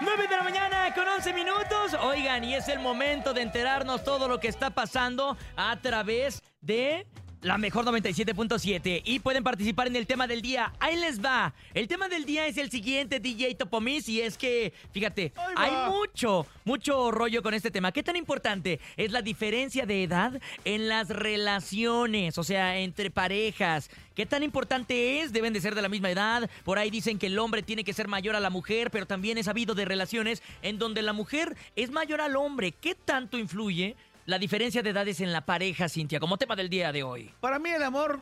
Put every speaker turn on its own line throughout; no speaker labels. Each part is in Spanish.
9 de la mañana con 11 minutos. Oigan, y es el momento de enterarnos todo lo que está pasando a través de la mejor 97.7 y pueden participar en el tema del día. Ahí les va. El tema del día es el siguiente, DJ Topomis, y es que, fíjate,
Ahí va.
hay mucho, mucho rollo con este tema. ¿Qué tan importante es la diferencia de edad en las relaciones, o sea, entre parejas? ¿Qué tan importante es? Deben de ser de la misma edad. Por ahí dicen que el hombre tiene que ser mayor a la mujer, pero también es habido de relaciones en donde la mujer es mayor al hombre. ¿Qué tanto influye? La diferencia de edades en la pareja, Cintia, como tema del día de hoy.
Para mí el amor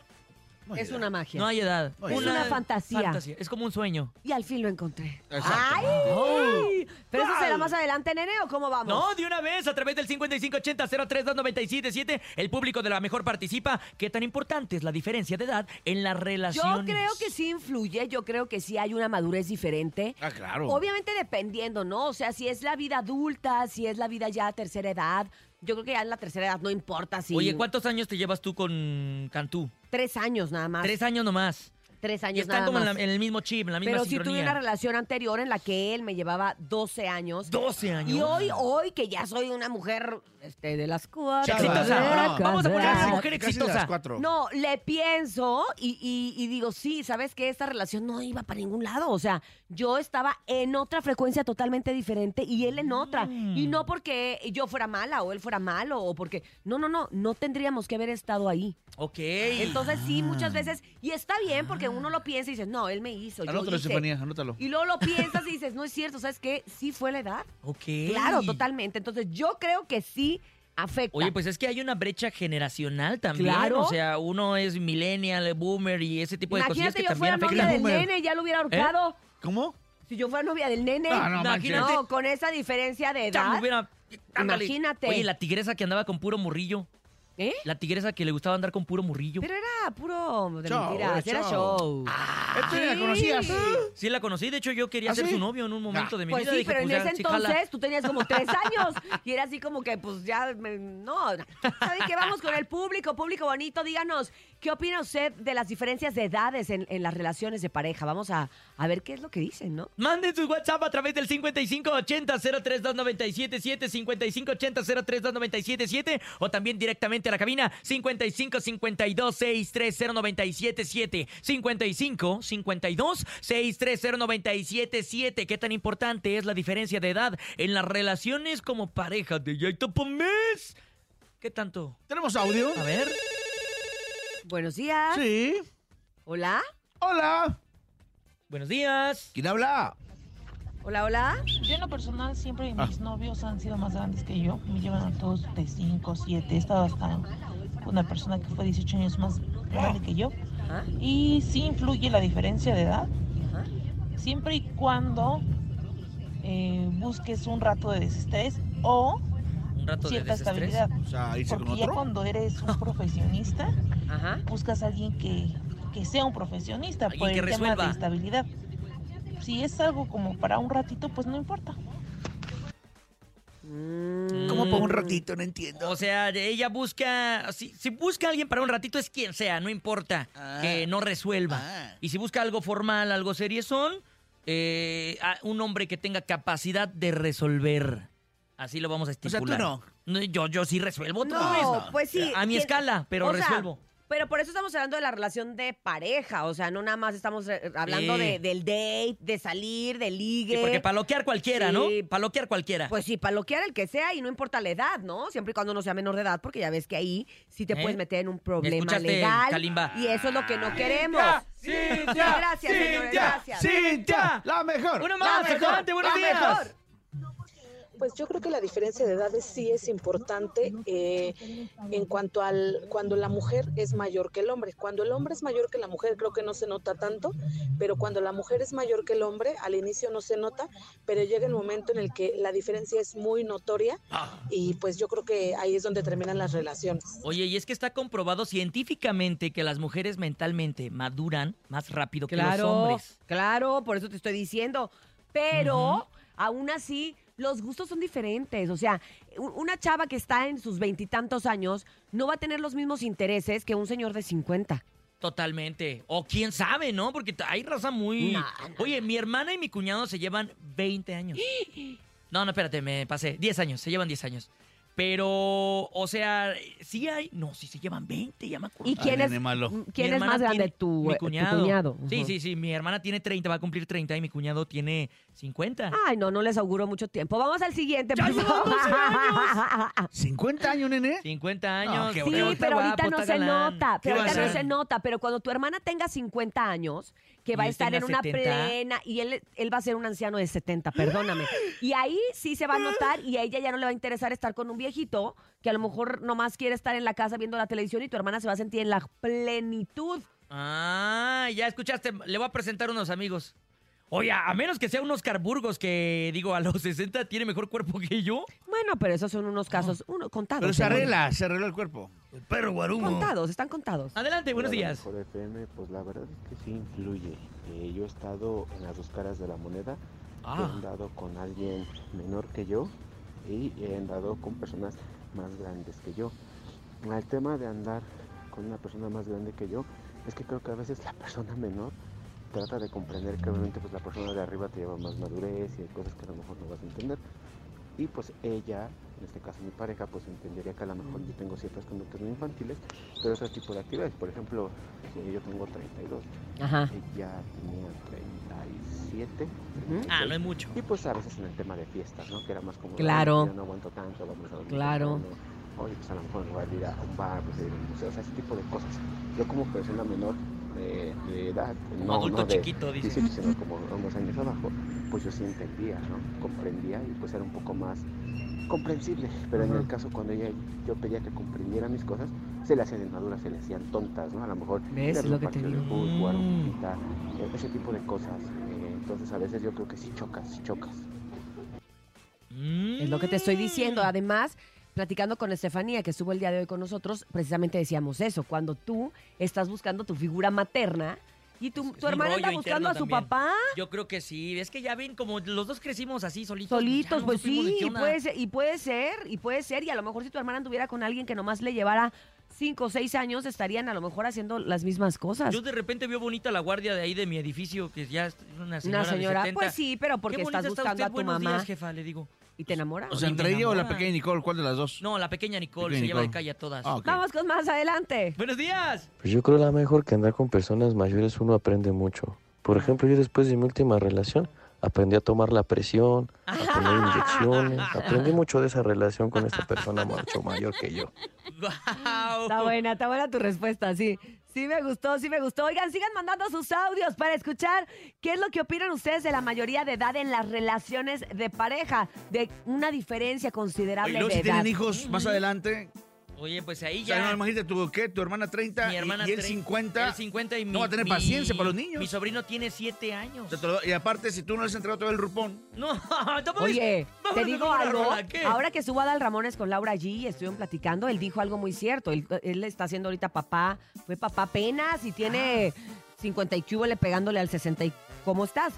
no hay
Es
edad.
una magia.
No hay edad.
No hay Es edad.
una fantasía.
Es como un sueño.
Y al fin lo encontré.
Exacto.
¡Ay! ¿Pero eso
¡Guau!
será más adelante, nene, o cómo vamos?
No, de una vez, a través del 5580-032977, el público de la mejor participa. ¿Qué tan importante es la diferencia de edad en las
Yo
relaciones?
creo que sí influye, yo creo que sí hay una madurez diferente.
Ah, claro.
Obviamente dependiendo, ¿no? O sea, si es la vida adulta, si es la vida ya a tercera edad, yo creo que ya en la tercera edad no importa si...
Oye, ¿cuántos años te llevas tú con Cantú?
Tres años nada más.
Tres años nomás.
Tres
Y
Ah, años
están
nada
como en, la-
más.
en el mismo chip, en la misma
Pero si
sincronía.
tuve una relación anterior en la que él me llevaba 12 años.
12 años.
Y hoy, hoy que ya soy una mujer este, de las cuatro.
Chava,
Exitosa.
no.
Vamos a poner a
Casi-
una mujer
casi de las
exitosa.
cuatro.
No, le pienso y, y- y digo, sí, sabes que esta relación no iba para ningún lado. O sea, yo estaba en otra frecuencia totalmente diferente y él en otra.
Mm.
Y no porque yo fuera mala o él fuera malo o porque. No, no, no, no tendríamos que haber estado ahí.
Ok.
Entonces, sí,
Ah.
muchas veces. Y está bien porque uno lo piensa y dices, no, él me hizo. Yo
Anótalo,
hice".
Estefanía, anótalo.
Y luego lo piensas y dices, no es cierto, ¿sabes qué? Sí fue la edad.
Ok.
Claro, totalmente. Entonces, yo creo que sí afecta.
Oye, pues es que hay una brecha generacional también.
Claro.
O sea, uno es millennial, boomer y ese tipo de pues, cosillas
Imagínate
que
yo
también
fuera
afectan.
novia del
Boomer.
nene, ya lo hubiera ahorcado.
¿Cómo?
Si yo fuera novia del nene.
No, no,
Imagínate.
No, con esa diferencia de
Ya me
edad.
hubiera- ándale.
Imagínate.
Oye, la tigresa que andaba con puro morrillo.
¿Eh?
La tigresa que le gustaba andar con puro morrillo. Ah,
Pero era puro de
Show,
mentiras,
era
era
show.
show.
¿Esto ya la
sí.
conocías?
Sí, la conocí. De hecho, yo quería
¿Ah,
ser
sí?
su novio en un momento
Ah.
de mi
Pues
vida.
sí,
Dije,
pero en
pues
ese
ya, sí, jala.
entonces tú tenías como tres años y era así como que, pues ya, me- no. ¿Saben qué? Vamos con el público, público bonito. Díganos, ¿qué opina usted de las diferencias de edades en, en las relaciones de pareja? Vamos a, a ver qué es lo que dicen, ¿no?
Manden sus WhatsApp a través del 5580-032977, 5580-032977 o también directamente a la cabina 5552-630977, 5552-630977. ¿Qué tan importante es la diferencia de edad en las relaciones como pareja de Yaito Pomés? ¿Qué tanto?
¿Tenemos audio?
A ver.
Buenos días.
Sí.
Hola.
Hola.
Buenos días.
¿Quién habla?
Hola, hola.
Yo en lo personal siempre
Ah.
mis novios han sido más grandes que yo. Me llevan a todos de 5, 7. He estado hasta con una persona que fue 18 años más grande que yo.
Ajá.
Y sí influye la diferencia de edad.
Ajá.
Siempre y cuando eh, busques un rato de desestrés o
Un rato de
cierta
desestrés.
estabilidad.
O sea, irse con
Porque ya
otro.
cuando eres un profesionista,
Ajá.
buscas a alguien que, que sea un profesionista
Alguien
por el
que
tema
resuelva.
de estabilidad. Si es algo como para un ratito, pues no importa.
Como por un
Mm.
ratito, no entiendo.
O sea, ella busca, si, si busca a alguien para un ratito es quien sea, no importa
Ah.
que no resuelva.
Ah.
Y si busca algo formal, algo seriezón, eh, a- un hombre que tenga capacidad de resolver. Así lo vamos a
O sea,
estipular.
tú no.
yo, yo sí resuelvo, ¿tú
No,
ves?
pues sí.
A mi
¿Quién-
escala, pero
o sea,
resuelvo.
pero por eso estamos hablando de la relación de pareja, o sea, no nada más estamos eh, hablando
Sí.
de, del date, de salir, de ligue.
Sí, porque paloquear cualquiera, ¿no?
Sí.
Paloquear cualquiera.
Pues sí, paloquear el que sea y no importa la edad, ¿no? Siempre y cuando no sea menor de edad, porque ya ves que ahí sí te
¿Eh?
puedes meter en un problema
¿Escuchaste,
legal.
Kalimba?
Y eso es lo que no queremos. Gracias, señores, gracias.
Cintia, la mejor.
Una
la
más,
mejor,
adelante, buenos
la
días.
mejor.
Pues yo creo que la diferencia de edades sí es importante eh, en cuanto al cuando la mujer es mayor que el hombre. Cuando el hombre es mayor que la mujer creo que no se nota tanto, pero cuando la mujer es mayor que el hombre al inicio no se nota, pero llega el momento en el que la diferencia es muy notoria y pues yo creo que ahí es donde terminan las relaciones.
Oye, y es que está comprobado científicamente que las mujeres mentalmente maduran más rápido que los
Claro,
hombres.
claro, por eso te estoy diciendo. Pero aún así, los gustos son diferentes. O sea, u- una chava que está en sus veintitantos años no va a tener los mismos intereses que un señor de 50.
Totalmente. O quién sabe, ¿no? Porque t- hay raza muy.
No, no,
Oye, mi hermana y mi cuñado se llevan 20 años. No, no, espérate, me pasé. 10 años, se llevan 10 años. Pero, o sea, sí hay. No, sí se llevan 20, ya me acuerdo.
¿Y quién es,
nene malo.
mm,
Mi
quién es
hermana
más grande?
tiene-
¿Tu,
mi
eh, tu
cuñado.
cuñado?
Sí,
Ujú.
sí, sí. Mi hermana tiene 30, va a cumplir 30 y mi cuñado tiene 50.
Ay, no, no les auguro mucho tiempo. Vamos al siguiente.
¡Ya
por
llevan
favor.
12
¿50 años, nene?
50 años.
qué
Sí,
Porque
está
pero ahorita
guapo,
no
está
se
galán.
nota, pero
¿Qué va a
ahorita no
hacer?
se nota, pero cuando tu hermana tenga 50 años, que
Y
va a
él
estar en
tenga
una
70.
plena y él, él va a ser un anciano de 70, perdóname. Y ahí sí se va a notar y a ella ya no le va a interesar estar con un viejito que a lo mejor nomás quiere estar en la casa viendo la televisión y tu hermana se va a sentir en la plenitud.
Ah, ya escuchaste. Le voy a presentar unos amigos. Oye, a menos que sea un Oscar Burgos que, digo, a los 60 tiene mejor cuerpo que yo.
Bueno, pero esos son unos casos uno, contados.
Pero se
seguro.
arregla, se arregla el cuerpo. El perro guarumo.
Contados, están contados.
Adelante, buenos
Hola, la
días.
Mejor FM, pues la verdad es que sí influye. Eh, yo he estado en las dos caras de la moneda. He
Ah,
andado con alguien menor que yo y he andado con personas más grandes que yo. El tema de andar con una persona más grande que yo es que creo que a veces la persona menor trata de comprender que obviamente pues la persona de arriba te lleva más madurez y hay cosas que a lo mejor no vas a entender. Y pues ella, en este caso mi pareja, pues entendería que a lo mejor yo tengo ciertas conductas muy infantiles, pero otro tipo de actividades. Por ejemplo, eh, yo tengo 32,
Ah.
Ajá.
ella tenía 37.
Ujú.
ah
36.
no es mucho.
Y pues a veces en el tema de fiestas, ¿no? Que era más como...
Claro.
"Ay, Yo no aguanto tanto, vamos a dormir.
Claro.
temprano". Oye, pues a lo mejor voy a ir a un bar, pues a ir a un museo, o sea, ese tipo de cosas. Yo como persona menor de, de edad,
Como
no,
adulto
no de
chiquito, dice.
18, sino como unos años abajo, pues yo sí entendía, ¿no? Comprendía y pues era un poco más comprensible. Pero en
Ajá.
el caso cuando ella, yo pedía que comprendiera mis cosas, se le hacían desmaduras, se le hacían tontas, ¿no? A lo mejor
¿Ves?
ir a
Es
ver
lo
un
que te
partido de
digo.
fútbol, jugar un
Mm.
futita, eh, ese tipo de cosas. eh, entonces a veces yo creo que sí chocas, sí chocas.
Mm.
Es lo que te estoy diciendo. Además, platicando con Estefanía, que estuvo el día de hoy con nosotros, precisamente decíamos eso, cuando tú estás buscando tu figura materna y tu,
Es- es
tu
un
hermana
rollo
anda buscando
interno
a su
también.
papá
Yo creo que sí. Es que ya ven, como los dos crecimos así, solitos. ya
solitos,
no
pues
supimos ni
sí,
qué
y
onda.
puede, ser, y puede ser, y puede ser, y a lo mejor si tu hermana anduviera con alguien que nomás le llevara cinco o seis años, estarían a lo mejor haciendo las mismas cosas.
Yo de repente vio bonita la guardia de ahí de mi edificio, que ya es una señora.
Una
de
señora,
70.
pues sí, pero
Qué
porque
bonita
estás
está
buscando
usted,
a tu
buenos
mamá
días, jefa, le digo.
y te enamoras.
O sea,
Y me
entre ella o la
enamora.
pequeña Nicole, ¿cuál de las dos?
No, la pequeña Nicole
Pequeña
se lleva de
Nicole.
calle a todas.
Ah, ok.
Vamos con más adelante.
Buenos días.
Pues yo creo la mejor que andar con personas mayores uno aprende mucho. Por ejemplo, yo después de mi última relación aprendí a tomar la presión, a poner inyecciones. Aprendí mucho de esa relación con esta persona mucho mayor que yo.
Guau.
Está buena, está buena tu respuesta, sí. Sí me gustó, sí me gustó. Oigan, sigan mandando sus audios para escuchar qué es lo que opinan ustedes de la mayoría de edad en las relaciones de pareja, de una diferencia
Y
considerable
luego
de
si
edad.
tienen hijos más adelante.
Oye, pues ahí
O sea, no,
ya.
imagínate tu, ¿qué? tu hermana 30
mi hermana
y, y él
30,
50.
él 50 y
no
mi-
va a tener
mi-
paciencia para los niños.
Mi sobrino tiene 7 años.
O sea, te lo- y aparte, si tú no les has entregado todavía el rupón,
No, tampoco
Oye,
es- vamos
te
a
digo
tocar una
algo.
rola, ¿qué?
Ahora que subo a Dal Ramones con Laura G y estuvieron platicando, él dijo algo muy cierto. Él, él está haciendo ahorita papá, fue papá apenas y tiene
Ah.
50 y le pegándole al 60 y ¿cómo estás?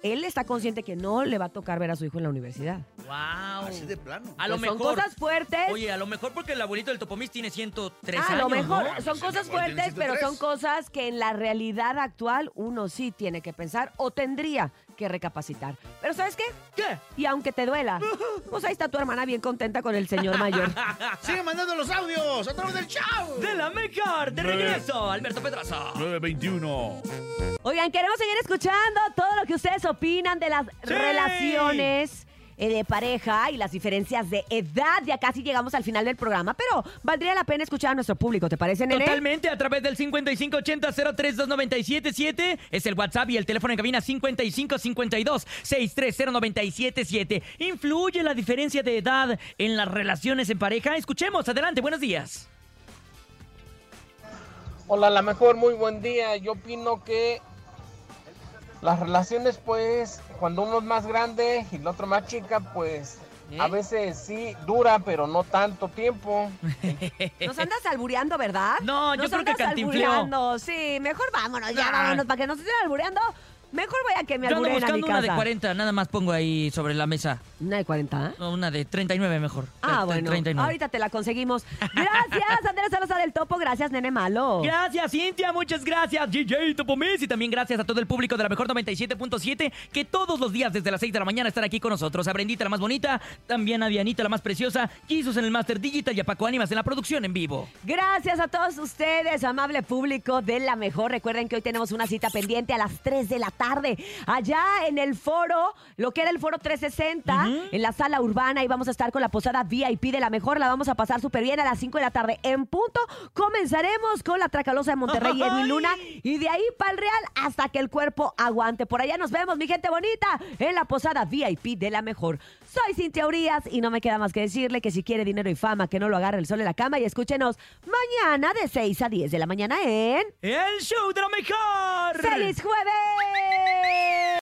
Él está consciente que no le va a tocar ver a su hijo en la universidad.
Wow.
así de plano.
A lo
Pues Son
mejor.
cosas fuertes.
Oye, a lo mejor porque el abuelito del Topomis tiene 103
Ah, a
años.
lo mejor
¿no? Pues
son
Sí,
cosas
mi abuelo tiene
fuertes, pero son
103.
cosas que en la realidad actual uno sí tiene que pensar o tendría que recapacitar. Pero ¿sabes qué?
¿Qué?
Y aunque te duela, pues ahí está tu hermana bien contenta con el señor mayor.
Sigue mandando los audios a través del chao.
De la mejor. De regreso, Alberto Pedraza.
921.
Oigan, queremos seguir escuchando todo lo que ustedes opinan de las relaciones eh, de pareja y las diferencias de edad. Ya casi llegamos al final del programa, pero valdría la pena escuchar a nuestro público, ¿te parece, Nene?
Totalmente a través del 5580-032977 es el WhatsApp y el teléfono en cabina 5552-630977. ¿Influye la diferencia de edad en las relaciones en pareja? Escuchemos, adelante, buenos días.
Hola, la mejor, muy buen día. Yo opino que las relaciones, pues, cuando uno es más grande y el otro más chica, pues, a veces sí dura, pero no tanto tiempo.
Nos andas albureando, ¿verdad?
No, yo
Nos
creo que
andas
cantinfleo.
albureando. Sí, mejor vámonos, ya
Nah.
vámonos, para que no se estén albureando. Mejor voy a que me
Yo ando
alburen a mi
buscando
casa.
una de 40, nada más pongo ahí sobre la mesa.
¿Una de 40? ¿eh?
No, una de 39 mejor.
Ah,
Tre-
bueno.
39.
Ahorita te la conseguimos. Gracias, Andrés Salazar del Topo. Gracias, Nene Malo.
Gracias, Cintia. Muchas gracias, DJ Topomis. Y también gracias a todo el público de la Mejor 97.7 que todos los días desde las 6 de la mañana están aquí con nosotros. A Brendita, la más bonita. También a Dianita, la más preciosa. Jesus en el Master Digital y a Paco Ánimas en la producción en vivo.
Gracias a todos ustedes, amable público de la mejor. Recuerden que hoy tenemos una cita pendiente a las 3 de la tarde, allá en el foro, lo que era el foro 360, en la sala urbana. Y vamos a estar con la posada VIP de la mejor. La vamos a pasar súper bien a las 5 de la tarde. En punto, comenzaremos con la Tracalosa de Monterrey y Edwin Luna. Y de ahí para el Real hasta que el cuerpo aguante. Por allá nos vemos, mi gente bonita, en la posada VIP de la mejor. Soy Cintia Urias y no me queda más que decirle que si quiere dinero y fama, que no lo agarre el sol en la cama y escúchenos mañana de 6 a 10 de la mañana en
El show de la mejor.
¡Feliz Jueves!